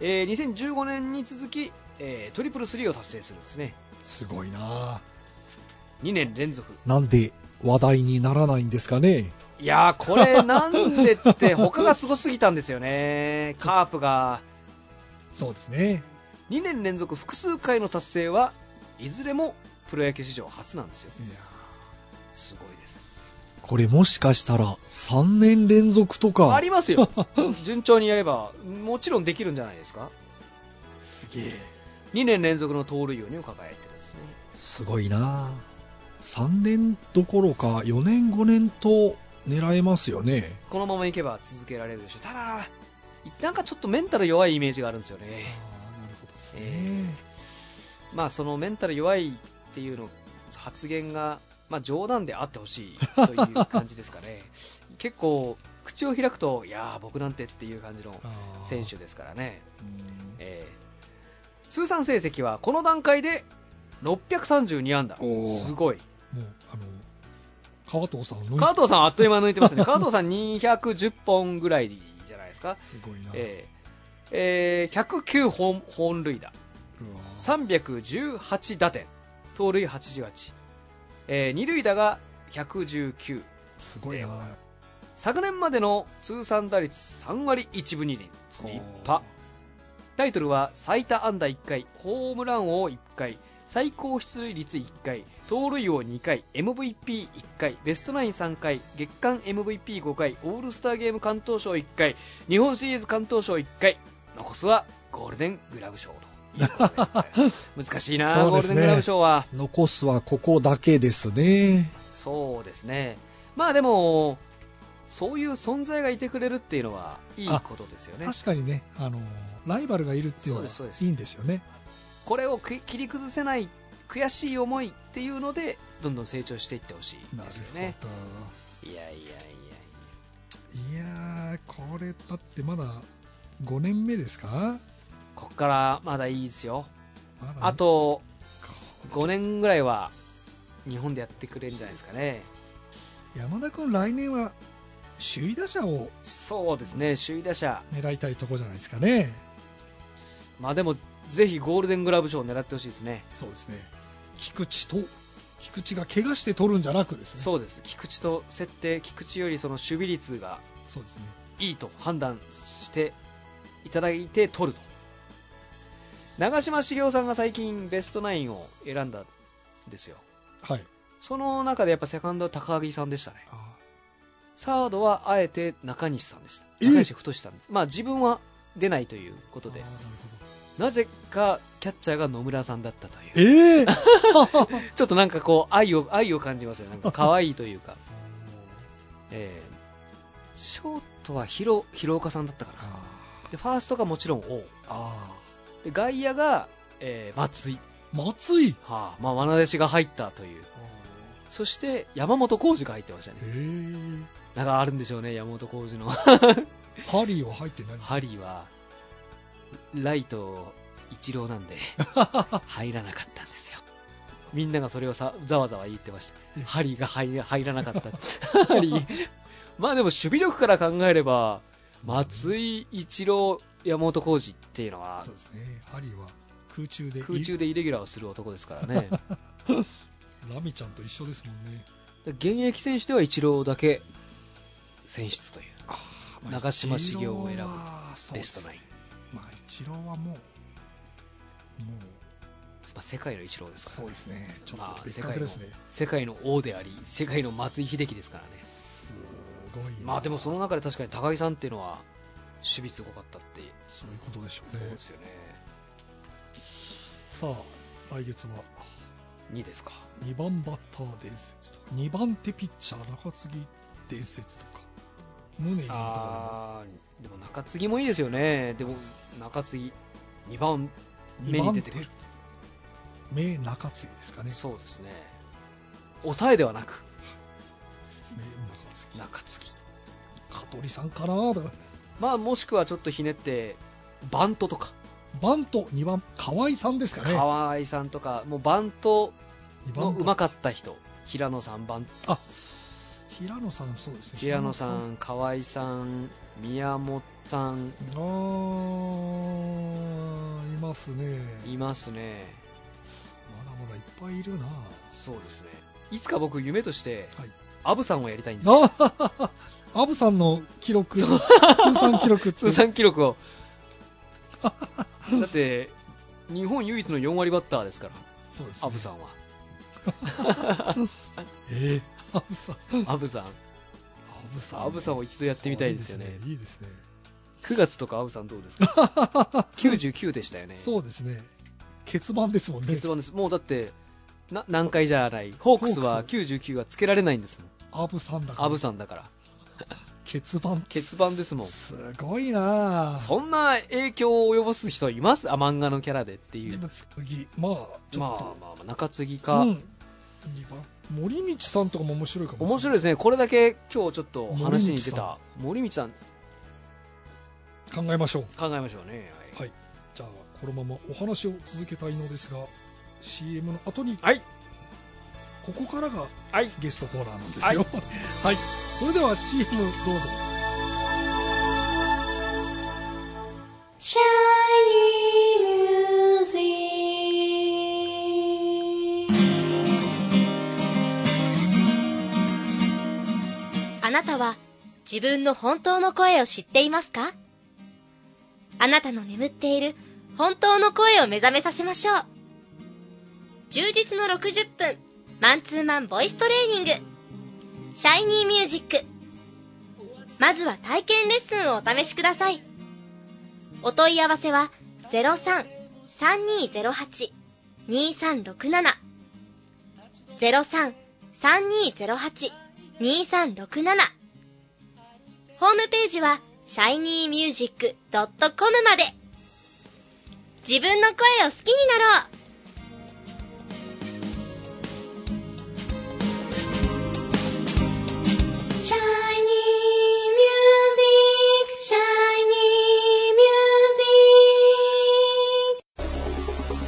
Speaker 2: えー2015年に続き、えートリプルスリーを達成するんですね
Speaker 4: すごいな。
Speaker 2: 2年連続
Speaker 3: なんで話題にならないんですかね。
Speaker 2: いやーこれなんでって他がすごすぎたんですよねカープが
Speaker 4: そうですね。
Speaker 2: 2年連続複数回の達成はいずれもプロ野球史上初なんですよ
Speaker 4: いや
Speaker 2: すごいです
Speaker 3: これもしかしたら3年連続と
Speaker 2: あ
Speaker 3: か
Speaker 2: りますよ順調にやればもちろんできるんじゃないですか
Speaker 4: すげえ。
Speaker 2: 2年連続の盗塁王にも輝いてるんですね
Speaker 3: すごいな3年どころか4年5年と狙えますよね
Speaker 2: このままいけば続けられるでしょうただなんかちょっとメンタル弱いイメージがあるんですよね
Speaker 4: ああ、なるほどですね。
Speaker 2: えまあそのメンタル弱いっていうの発言が、まあ、冗談であってほしいという感じですか ね結構口を開くといやー僕なんてっていう感じの
Speaker 4: あー
Speaker 2: 選手ですからね、
Speaker 4: うん
Speaker 2: えー通算成績はこの段階で632安打
Speaker 4: おー
Speaker 2: すごい
Speaker 3: もうあの
Speaker 4: 川藤さんの
Speaker 2: 川藤さんあっという間抜い てますね川藤さん210本ぐらいじゃないですか
Speaker 4: すごいな。
Speaker 2: えーえー109本本塁打
Speaker 4: うわー
Speaker 2: 318打点盗塁88、えー二塁打が119
Speaker 4: すごいな。
Speaker 2: 昨年までの通算打率3割1分2厘立派タイトルは最多安打1回ホームラン王1回最高出塁率1回盗塁王2回 MVP1 回ベストナイン3回月間 MVP5 回オールスターゲーム関東賞1回日本シリーズ関東賞1回残すはゴールデングラブ賞 ということで難しいな、
Speaker 3: そう
Speaker 2: ゴ
Speaker 3: で
Speaker 2: ール
Speaker 3: す
Speaker 2: デ
Speaker 3: ね
Speaker 2: ングラブ賞は
Speaker 3: 残すはここだけですね
Speaker 2: そうですねまあでもそういう存在がいてくれるっていうのはいいことですよね
Speaker 4: 確かにね、あのーライバルがいるっていうのは
Speaker 2: そうですそうです
Speaker 4: いいんですよね。
Speaker 2: これをく切り崩せない悔しい思いっていうのでどんどん成長していってほしい
Speaker 4: なる
Speaker 2: ですよね
Speaker 4: ほど。
Speaker 2: いやいやいや
Speaker 4: いやー、これだってまだ5年目ですか
Speaker 2: こっからまだいいですよ
Speaker 4: まだね
Speaker 2: あ、と
Speaker 4: こ
Speaker 2: 5年ぐらいは日本でやってくれるんじゃないですかね
Speaker 4: 山田君、来年は首位打者を
Speaker 2: そうですね首位打者
Speaker 4: 狙いたいとこじゃないですかね。
Speaker 2: まあでもぜひゴールデングラブ賞を狙ってほしいですね
Speaker 4: そうですね。菊池と、菊池が怪我して取るんじゃなくですね。
Speaker 2: そうです菊池と競って菊池よりその守備率が
Speaker 4: そうですね。
Speaker 2: いいと判断していただいて取ると長嶋茂雄さんが最近ベストナインを選んだんですよ
Speaker 4: はい。
Speaker 2: その中でやっぱセカンドは高木さんでしたね
Speaker 4: あ
Speaker 2: サードはあえて中西さんでした
Speaker 4: え
Speaker 2: 中西太さんまあ自分は出ないということで
Speaker 4: あーなるほど。
Speaker 2: なぜかキャッチャーが野村さんだったとい
Speaker 4: え
Speaker 2: う
Speaker 4: え
Speaker 2: ちょっとなんかこう愛を愛を感じますよなんか可愛いというか、えーショートは広広岡さんだったかなでファーストがもちろん王
Speaker 4: あ
Speaker 2: で外野が、えー松井、
Speaker 4: ー松井
Speaker 2: はあまあ、愛弟子が入ったというそして山本浩二が入ってましたね
Speaker 4: え
Speaker 2: なんかあるんでしょうね山本浩二
Speaker 4: え
Speaker 2: の
Speaker 4: ハリーは入ってないんです
Speaker 2: ハリーはライト一郎 なんで入らなかったんですよみんながそれをさざわざわ言ってましたハリーが入ら入らなかった ハリー まあでも守備力から考えれば松井一郎山本浩二っていうのは
Speaker 4: そうですねハリーは空中で
Speaker 2: 空中でイレギュラーをする男ですからね
Speaker 4: ラミちゃんと一緒ですもんね
Speaker 2: 現役選手では一郎だけ選出という
Speaker 4: まあ
Speaker 2: 長嶋茂雄を選ぶ
Speaker 4: 一郎はそう
Speaker 2: ベ
Speaker 4: で
Speaker 2: ス
Speaker 4: す
Speaker 2: トナイン、
Speaker 4: まあ一郎はもうもう
Speaker 2: まあ、世界の一郎ですから、
Speaker 4: そうですねちょっ
Speaker 2: まあ
Speaker 4: と別格ですね、
Speaker 2: 世界の王であり世界の松井秀喜ですからね
Speaker 4: すごいな
Speaker 2: まあでもその中で確かに高木さんっていうのは守備すごかったって
Speaker 4: そういうことでしょう
Speaker 2: そう
Speaker 4: ね
Speaker 2: ですよね
Speaker 4: さあ来月は
Speaker 2: 2ですか
Speaker 4: 2番バッター伝説とか2番手ピッチャー中継ぎ伝説とか宗人とか
Speaker 2: あーでも中継ぎもいいですよねでも中継ぎ2番
Speaker 4: で
Speaker 2: 目
Speaker 4: も二番
Speaker 2: に出て
Speaker 4: 手
Speaker 2: くる
Speaker 4: 名中継ぎですかね
Speaker 2: そうですね抑えではなく
Speaker 4: 名中継ぎ
Speaker 2: 中継ぎ
Speaker 4: 香取さんかなだから
Speaker 2: まあもしくはちょっとひねってバントとか
Speaker 4: バント2番河合さんですかね
Speaker 2: 河合さんとかもうバント
Speaker 4: 二
Speaker 2: の
Speaker 4: 番
Speaker 2: うまかった人平野さんバン
Speaker 4: 平野さんそうですね
Speaker 2: 平野さん河合さん宮本さん
Speaker 4: 平野さんあーいますね
Speaker 2: いますね
Speaker 4: まだまだいっぱいいるな
Speaker 2: そうですねいつか僕夢として
Speaker 4: はい
Speaker 2: アブさんをやりたいんですよ
Speaker 4: あアブさんの記録通算記録って
Speaker 2: 通算記録を だって日本唯一の4割バッターですから
Speaker 4: そうです、ね、
Speaker 2: アブさんは
Speaker 4: えアブさん。
Speaker 2: アブさん。
Speaker 4: アブさん。
Speaker 2: アブさんも一度やってみたいですよね。
Speaker 4: いいですね。
Speaker 2: 9月とかアブさんどうですか ?99 でしたよね。
Speaker 4: そうですね。欠番ですもんね。
Speaker 2: 結番です。もうだって、な何回じゃない。ホークスは
Speaker 4: ホーク
Speaker 2: 99はつけられないんですもん。
Speaker 4: アブさんだから。
Speaker 2: アブさんだから。
Speaker 4: 欠番って
Speaker 2: 欠番ですもん。
Speaker 4: すごいなぁ。
Speaker 2: そんな影響を及ぼす人いますあ、漫画のキャラでってい
Speaker 4: で
Speaker 2: う。
Speaker 4: も次、まあ、ちょっと。
Speaker 2: まあまあまあ、中継ぎか。
Speaker 4: うん二番森道さんとかも面白いかも
Speaker 2: 面白い
Speaker 4: い。
Speaker 2: ですね。これだけ今日ちょっと話に出た森道さん、
Speaker 4: 考えましょう。
Speaker 2: 考えましょうね。は
Speaker 4: は
Speaker 2: い。
Speaker 4: い。じゃあ、このままお話を続けたいのですが、CM の後に、
Speaker 2: はい
Speaker 4: ここからが、
Speaker 2: はい
Speaker 4: ゲストコーナーなんですよ。 はい。それでは CM どうぞ。
Speaker 1: Shiny music. あなたは自分の本当の声を知っていますかあなたの眠っている本当の声を目覚めさせましょう。充実の60分、マンツーマンボイストレーニング。シャイニーミュージック。まずは体験レッスンをお試しください。お問い合わせは03-3208-2367 03-3208-2367ホームページは shinymusic.com まで自分の声を好きになろうシャイニーミュージック、シャイニーミュージック。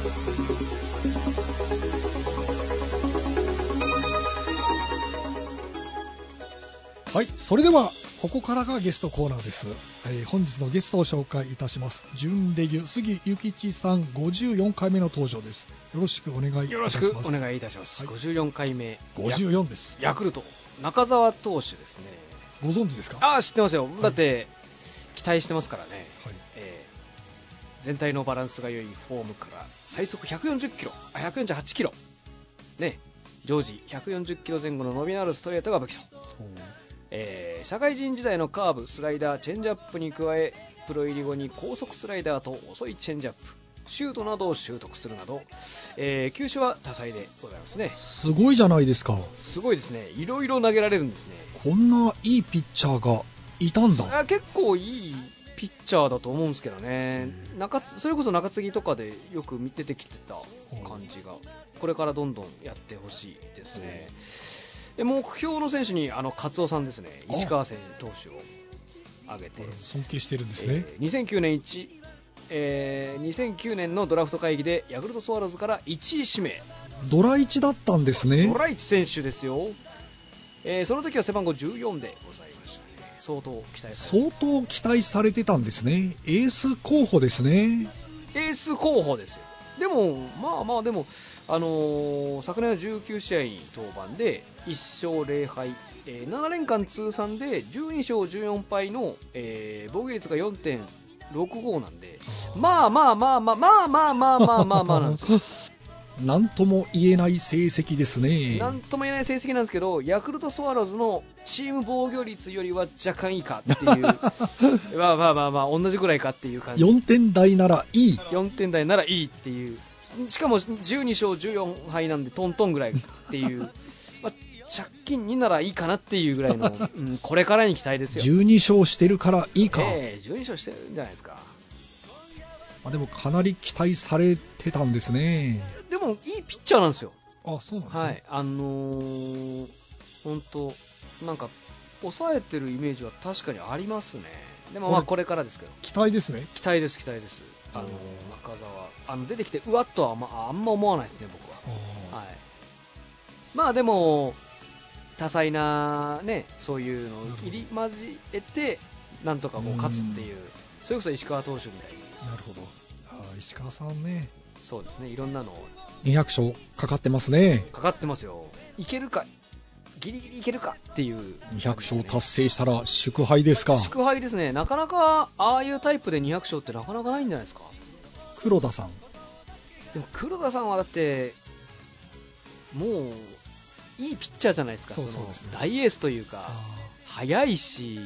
Speaker 4: はい、それではここからがゲストコーナーです、えー本日のゲストを紹介いたします準レギュ杉ゆきちさん54回目の登場ですよろしくお願いいたします
Speaker 2: よろしくお願いいたします。
Speaker 4: はい
Speaker 2: 54回目。ヤ
Speaker 4: 54です
Speaker 2: ヤクルト。中澤投手ですね。
Speaker 4: ご存知ですか
Speaker 2: ああ、知ってますよ。
Speaker 4: い
Speaker 2: だって、期待してますからね。
Speaker 4: はい、
Speaker 2: えー全体のバランスが良いフォームから最速140キロ、あ148キロ、ね、常時140キロ前後の伸びのあるストレートが武器と、えー社会人時代のカーブ、スライダー、チェンジアップに加え、プロ入り後に高速スライダーと遅いチェンジアップ、シュートなどを習得するなど、えー球種は多彩でございますね。
Speaker 3: すごいじゃないですか
Speaker 2: すごいですね。いろいろ投げられるんですね。
Speaker 3: こんないいピッチャーがいたんだ
Speaker 2: あ結構いいピッチャーだと思うんですけどね、中津それこそ中継ぎとかでよく見ててきてた感じが、これからどんどんやってほしいですね、で目標の選手にあの勝夫さんですね、
Speaker 4: あ
Speaker 2: 石川選手投手を挙げて
Speaker 4: これ、尊敬してるんですね、
Speaker 2: えー2009年1、えー2009年のドラフト会議でヤクルトスワローズから1位指名。
Speaker 3: ドラ1だったんですね
Speaker 2: ドライチ選手ですよ、えーその時は背番号14でございましたね、相当期待されて
Speaker 3: 相当期待されてたんですねエース候補ですね
Speaker 2: エース候補ですよ。でも、まあまあ、でも、あのー昨年は19試合に登板で、1勝0敗、えー7連間通算で12勝14敗の、えー防御率が4.65なんで、まあまあまあまあまあまあまあまあまあまあなんですよ。
Speaker 3: 何とも言えない成績ですね
Speaker 2: なんとも言えない成績なんですけど、ヤクルトスワローズのチーム防御率よりは若干以下っていう、まあまあまあまあ、同じぐらいかっていう感じ、
Speaker 3: 4点台ならいい
Speaker 2: 4点台ならいいっていう、しかも12勝14敗なんで、トントンぐらいって いう、まあ、借金にならいいかなっていうぐらいの、うんこれからに期待ですよ。
Speaker 3: 12勝してるからいいか、
Speaker 2: ええ12勝してるんじゃないですか。
Speaker 3: まあでもかなり期待されてたんですね
Speaker 2: でも、いいピッチャーなんですよ。
Speaker 4: あそうなんですね、
Speaker 2: はい、あのー、本当、なんか、抑えてるイメージは確かにありますね。でもまあ
Speaker 4: これ
Speaker 2: これからですけど、
Speaker 4: 期待ですね
Speaker 2: 期待です、期待です。あのー中澤、あの出てきて、うわっとはあんまあんま思わないですね、僕は。はい。まあでも、多彩なね、そういうのを入り混じえて、なんとかこう勝つっていう、それこそ石川投手みたいに、
Speaker 4: なるほどあー石川さんね
Speaker 2: そうですね、いろんなのを
Speaker 3: 200勝かかってますね
Speaker 2: かかってますよ。いけるか、ギリギリいけるかっていう、
Speaker 3: 200勝達成したら祝杯ですか
Speaker 2: 祝杯ですね、なかなかああいうタイプで200勝ってなかなかないんじゃないですか、
Speaker 3: 黒田さん
Speaker 2: でも黒田さんはだって、もういいピッチャーじゃないですか、
Speaker 4: そうそう
Speaker 2: の
Speaker 4: ですね
Speaker 2: 大エースというか、速いし、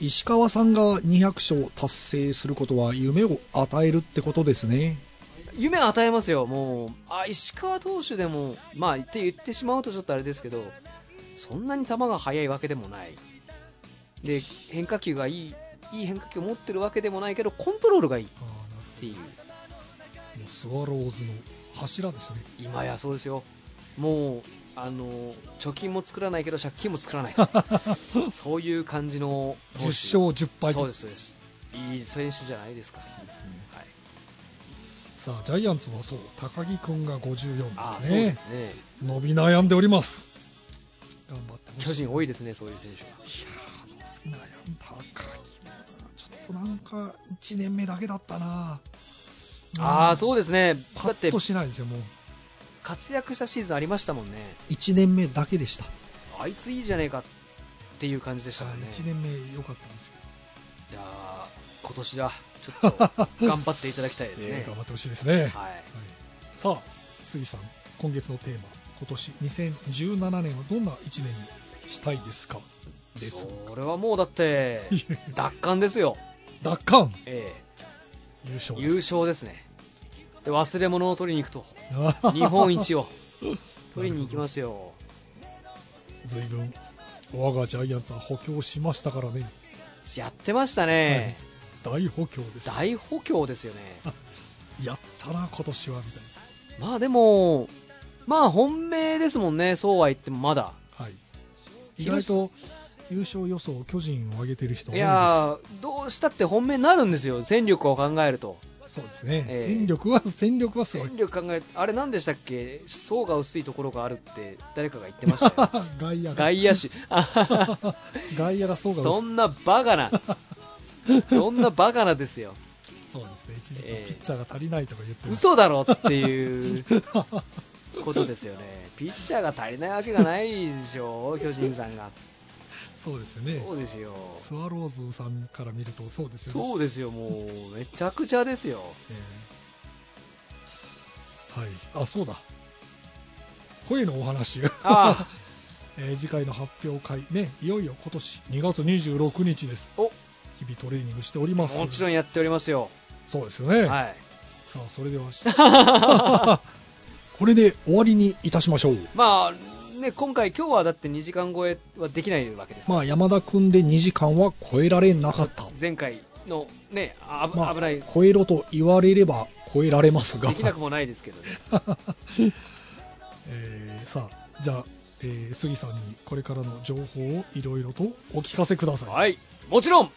Speaker 3: 石川さんが200勝達成することは夢を与えるってことですね。
Speaker 2: 夢を与えますよ、もう、あ石川投手でも、まあ、って言ってしまうとちょっとあれですけど、そんなに球が速いわけでもない、で変化球がいい、いい変化球を持ってるわけでもないけど、コントロールがいいっ
Speaker 4: あーな
Speaker 2: ていう、
Speaker 4: るほどスワローズの柱ですね。
Speaker 2: 今やそうですよ、もう、あの貯金も作らないけど、借金も作らない、そういう感じの投
Speaker 4: 10
Speaker 2: 手
Speaker 4: 勝10敗
Speaker 2: そうです、そうです、いい選手じゃないですか。はい
Speaker 4: さあジャイアンツはそう高木君が
Speaker 2: あ
Speaker 4: 54
Speaker 2: あ
Speaker 4: で
Speaker 2: そ
Speaker 4: す
Speaker 2: う
Speaker 4: ね
Speaker 2: ですね、
Speaker 4: 伸び悩んでおります頑張ってほしい
Speaker 2: 巨人多いですね、そういう選手は。
Speaker 4: 悩んだ高木もなちょっとなんか1年目だけだったな
Speaker 2: ああ、
Speaker 4: う
Speaker 2: そうですね、
Speaker 4: ん
Speaker 2: だ
Speaker 4: パ
Speaker 2: って
Speaker 4: ッとしないですよもう
Speaker 2: 活躍したシーズンありましたもんね、
Speaker 3: 1年目だけでした。
Speaker 2: あいついいじゃねえかっていう感じでしたもんね、
Speaker 4: 1年目良かったんですけ
Speaker 2: じゃあ、今年だ、ちょっ と頑張っていただきたいです
Speaker 4: ど、、
Speaker 2: ね
Speaker 4: 頑張ってほしいですね、はい
Speaker 2: はい、
Speaker 4: さあ杉さん今月のテーマ今年2017年はどんな1年にしたいですかです
Speaker 2: それはもうだって、奪還ですよ、
Speaker 4: 奪還
Speaker 2: え
Speaker 4: 優
Speaker 2: え
Speaker 4: 勝です
Speaker 2: 優勝ですねで、忘れ物を取りに行くと、 日
Speaker 4: 日
Speaker 2: 本一を 取りに行きますよ、
Speaker 4: 随分我がジャイアンツは補強しましたからね
Speaker 2: やってましたね、
Speaker 4: 大補強です
Speaker 2: 大補強ですよね。
Speaker 4: やったな今年はみたい
Speaker 2: まあでも、まあ本命ですもんね、そうは言ってもまだ。
Speaker 4: な、はい、意外と優勝予想巨人を上げてる人多
Speaker 2: い
Speaker 4: いで
Speaker 2: やー、どうしたって本命になるんですよ、戦力を考えると。
Speaker 4: すそうですね、
Speaker 2: ええ
Speaker 4: 戦力は戦力はすごい
Speaker 2: 戦力考え、あれ何でしたっけ、層が薄いところがあるって誰かが言ってましたよ。
Speaker 4: 外野が
Speaker 2: 外野 手、あははは
Speaker 4: 外野がそうが
Speaker 2: そんなバカな、そんなバカなですよ。
Speaker 4: そうですね一時期
Speaker 2: ええ
Speaker 4: ピッチャーが足りないとか言ってました
Speaker 2: 嘘だろっていうことですよね。ピッチャーが足りないわけがないでしょ、巨人さんが。
Speaker 4: そうですよね
Speaker 2: そうですよ。
Speaker 4: スワローズさんから見るとそうですよね
Speaker 2: そうですよ、もう、めちゃくちゃです よ。
Speaker 4: ええはいあそうだ声のお話が
Speaker 2: あ
Speaker 4: えー次回の発表会ねいよいよ今年2月26日です
Speaker 2: お
Speaker 4: 日々トレーニングしております
Speaker 2: もちろんやっておりますよ。
Speaker 4: そうですよね、
Speaker 2: はい。
Speaker 4: さあそれではし
Speaker 3: これで終わりにいたしましょう。
Speaker 2: まあ、ね、今回、今日はだって2時間超えはできないわけですから
Speaker 3: まあ山田くんで2時間は超えられなかった。
Speaker 2: 前回のね、あぶ
Speaker 3: まあ
Speaker 2: 危ない、
Speaker 3: 超えろと言われれば超えられますが
Speaker 2: で。きなくもないですけどね。
Speaker 4: えーさあじゃあ、えー杉さんにこれからの情報をいろいろとお聞かせください
Speaker 2: はい。もちろん、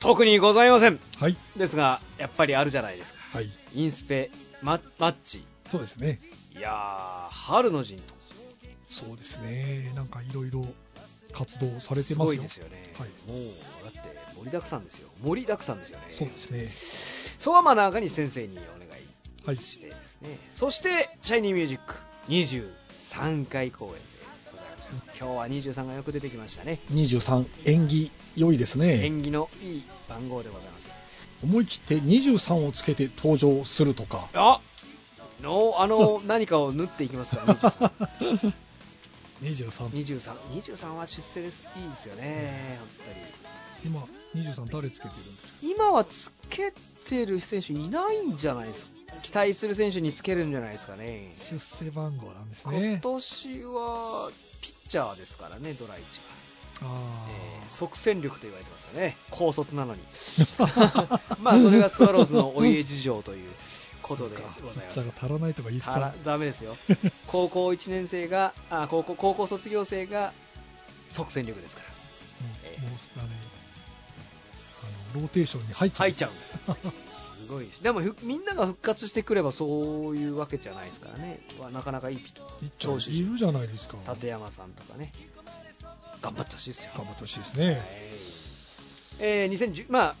Speaker 2: 特にございません。
Speaker 4: はい、
Speaker 2: ですが、やっぱりあるじゃないですか。
Speaker 4: はい
Speaker 2: インスペ、ママッチ。
Speaker 4: そうですね
Speaker 2: いやー、春の陣と。
Speaker 4: そうですねなんかいろいろ活動されて
Speaker 2: す
Speaker 4: ま
Speaker 2: ご
Speaker 4: す
Speaker 2: い
Speaker 4: よ
Speaker 2: ですよね。
Speaker 4: はい
Speaker 2: もう、だって盛りだくさんですよ。盛りだくさんですよね。
Speaker 4: そうですね
Speaker 2: そはまなあかに先生にお願
Speaker 4: はい
Speaker 2: いしてですね、そして「シャイニーミュージック23回公演でございます今日は23がよく出てきましたね
Speaker 3: 23、縁起良いですね。
Speaker 2: 縁起のいい番号でございます
Speaker 3: 思い切って23をつけて登場すると か。
Speaker 2: あのあの何かを縫っていきますから
Speaker 4: 23
Speaker 2: 2323 23は出世ですいいですよね本
Speaker 4: 今23誰つけてるんですか
Speaker 2: 当に今はつけてる選手いないんじゃないですか期待する選手につけるんじゃないですかね
Speaker 4: 出世番号なんです
Speaker 2: 今
Speaker 4: ね
Speaker 2: 年はピッチャーですからねドライチが
Speaker 4: あ
Speaker 2: えー
Speaker 4: ー
Speaker 2: 即戦力と言われてますよね、高卒なの に、 まあそれがスワローズのお家事情ということで
Speaker 4: そうか
Speaker 2: ございま
Speaker 4: ピッチャー
Speaker 2: す
Speaker 4: が。足らないとか言っち
Speaker 2: た
Speaker 4: ゃ
Speaker 2: ら
Speaker 4: う
Speaker 2: ダメですよ、高校1年生があ高校、高校卒業生が即戦力ですから、ええ
Speaker 4: もうもうあれあのローテーションに入っちゃう
Speaker 2: 入っちゃうんです、すごいし、でもふみんなが復活してくればそういうわけじゃないですからね、はなかなかいいピッチャ
Speaker 4: いっちゃういるじゃないですか
Speaker 2: ー立山さんとかね、頑張ってほしいですよ。
Speaker 4: 頑張ってほしいですね
Speaker 2: はいえー2010まあ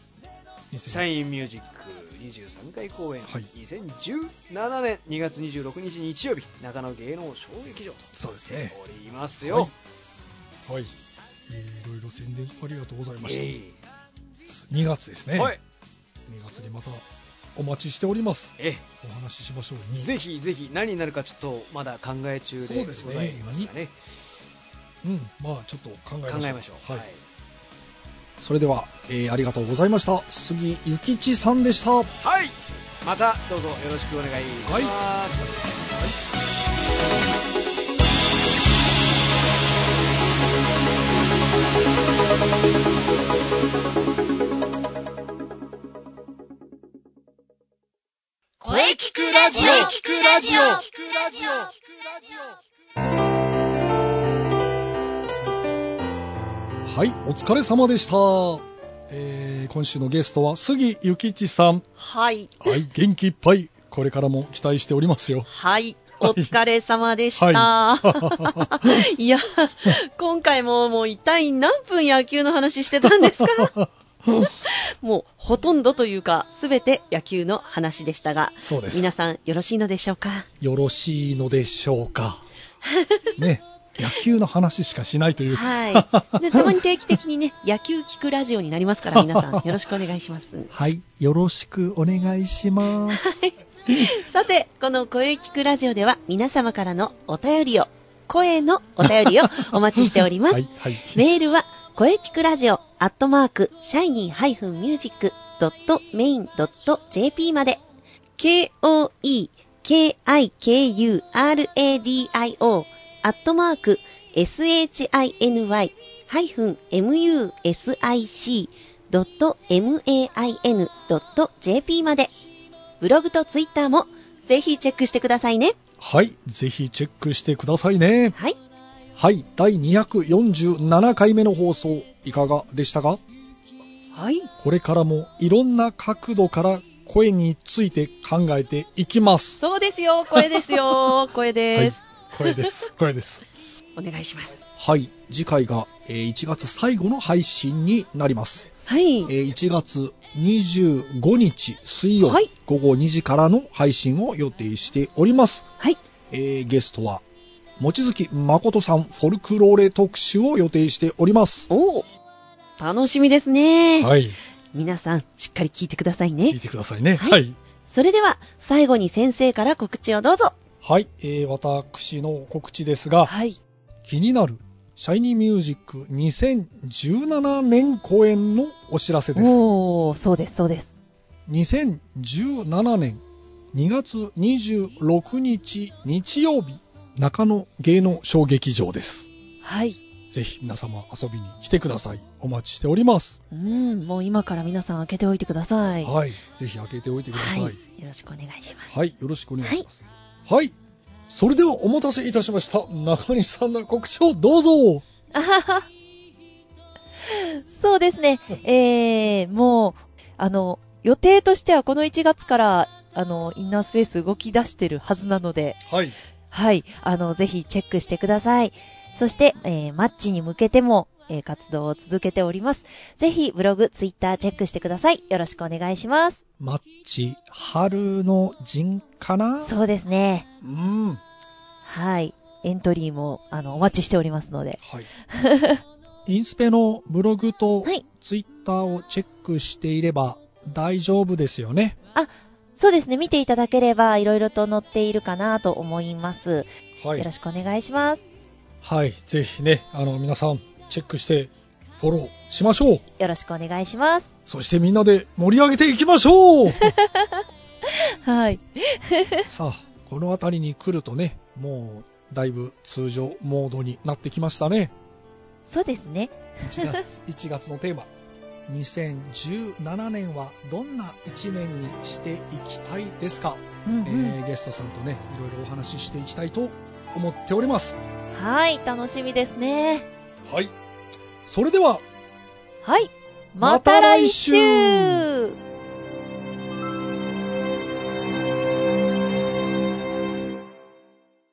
Speaker 2: シャ
Speaker 4: イ
Speaker 2: インミュージック23回公演、
Speaker 4: はい
Speaker 2: 2017年2月26日日曜日中野芸能小劇場と
Speaker 4: そうです
Speaker 2: 出
Speaker 4: ね
Speaker 2: ておりますよ、
Speaker 4: はいいろいろ宣伝ありがとうございました、
Speaker 2: え
Speaker 4: 2月です
Speaker 2: え
Speaker 4: ね、
Speaker 2: はい
Speaker 4: 2月にまたお待ちしております
Speaker 2: え
Speaker 4: お話ししましょう
Speaker 2: え
Speaker 4: に
Speaker 2: ぜひぜひ何になるかちょっとまだ考え中で
Speaker 4: そう
Speaker 2: ご
Speaker 4: ですね
Speaker 2: ざいますがね
Speaker 4: うん、まあちょっと考えましょ
Speaker 2: 考
Speaker 4: う。
Speaker 2: えましょう。
Speaker 4: はい。
Speaker 3: それでは、えーありがとうございました杉ゆきちさんでした
Speaker 2: はい。またどうぞよろしくお願いします。
Speaker 1: 声聞くラジオ聞くラジオ
Speaker 4: はい、お疲れ様でした。えー今週のゲストは杉ゆきちさん。
Speaker 6: はい。
Speaker 4: はい、元気いっぱい。これからも期待しておりま すよ。
Speaker 6: はい。お疲れ様でした。、
Speaker 4: は い
Speaker 6: や、今回ももう一体何分野球の話してたんです かもうほとんどというか、すべて野球の話でしたが、
Speaker 4: そうです。
Speaker 6: 皆さんよろしいのでしょうか
Speaker 4: よろしいのでしょ うか。ね、野球の話しかしないという。
Speaker 6: はい。でたまに定期的にね、野球聞くラジオになりますから、皆 さんよろしくお願いします。
Speaker 3: はいよろしくお願いします
Speaker 6: さて、この声聞くラジオでは皆様からのお便りを、声のお便りをお待ちしております。
Speaker 4: はい、はい。
Speaker 6: メールは、声聞くラジオ、アットマーク、シャイニー -music.main.jp まで、k-o-e-k-i-k-u-r-a-d-i-o、アットマーク、shiny-music.main.jp まで、ブログとツイッターも、ぜひチェックしてくださいね。
Speaker 4: はい、ぜひチェックしてくださいね。
Speaker 6: はい。
Speaker 3: はい第247回目の放送いかがでしたか
Speaker 6: はい。
Speaker 4: これからもいろんな角度から声について考えていきます。
Speaker 6: そうですよ、声です よ、声です。
Speaker 4: 声です。声です。
Speaker 6: お願いします。
Speaker 3: はい次回が、えー1月最後の配信になります、
Speaker 6: はい
Speaker 3: え。ー1月25日水曜、
Speaker 6: はい
Speaker 3: 午後2時からの配信を予定しております
Speaker 6: はい。
Speaker 3: えーゲストは望月誠さんフォルクローレ特集を予定しております
Speaker 6: おお楽しみですね、
Speaker 4: はい。
Speaker 6: 皆さんしっかり聞いてください
Speaker 4: 聞
Speaker 6: ね
Speaker 4: いてくださいね。
Speaker 6: は
Speaker 4: はいい。
Speaker 6: それでは最後に先生から告知をどうぞ
Speaker 4: はい、えー私の告知ですが、
Speaker 6: はい
Speaker 4: 気になるシャイニーミュージック2017年公演のお知らせです。
Speaker 6: おおそうですそうです
Speaker 4: 2017年2月26日日曜日、中野芸能小劇場です。
Speaker 6: はい
Speaker 4: ぜひ皆様遊びに来てください。お待ちしております。
Speaker 6: うんもう今から皆さん開けておいてくださいは
Speaker 4: はい。ぜひ開けておいてください。はい。
Speaker 6: いよろしくお願いします
Speaker 4: よろしくお願いします。はい。それではお待たせいたしました。中西さんの告知をどうぞ。
Speaker 6: あはは そうですねえー、もうあの予定としてはこの1月からあのインナースペース動き出してるはずなので
Speaker 4: はい。
Speaker 6: はい。あの、ぜひチェックしてください。そして、えーマッチに向けても、えー活動を続けております。ぜひ、ブログ、ツイッターチェックしてください。よろしくお願いします。
Speaker 3: マッチ春の陣かな
Speaker 6: そうですね。
Speaker 4: うん。は
Speaker 6: はい。エントリーも、あの、お待ちしておりますので。
Speaker 4: い。
Speaker 3: インスペのブログと
Speaker 6: はい
Speaker 3: ツイッターをチェックしていれば大丈夫ですよね
Speaker 6: そうですね。見ていただければ、いろいろと載っているかなと思います。
Speaker 4: は
Speaker 6: よろ
Speaker 4: い。
Speaker 6: しくお願いします。
Speaker 4: はい。ぜひね、あの、皆さん、チェックして、フォローしましょう。
Speaker 6: よろしくお願いします。
Speaker 4: そしてみんなで盛り上げていきましょう
Speaker 6: はい。
Speaker 3: さあこの辺りに来るとねもうだいぶ通常モードに
Speaker 4: なってきましたね。
Speaker 6: そうですね。
Speaker 4: 1月、1月のテーマ。
Speaker 3: 2017年はどんな1年にしていきたいですか、
Speaker 6: うん
Speaker 4: え
Speaker 6: うん
Speaker 4: ーゲストさんとね、いろいろお話ししていきたいと思っております。
Speaker 6: はい。楽しみですね。
Speaker 4: はい。それでは、
Speaker 6: はい。ま
Speaker 4: ま
Speaker 6: た
Speaker 4: た
Speaker 6: 来
Speaker 4: 来
Speaker 6: 週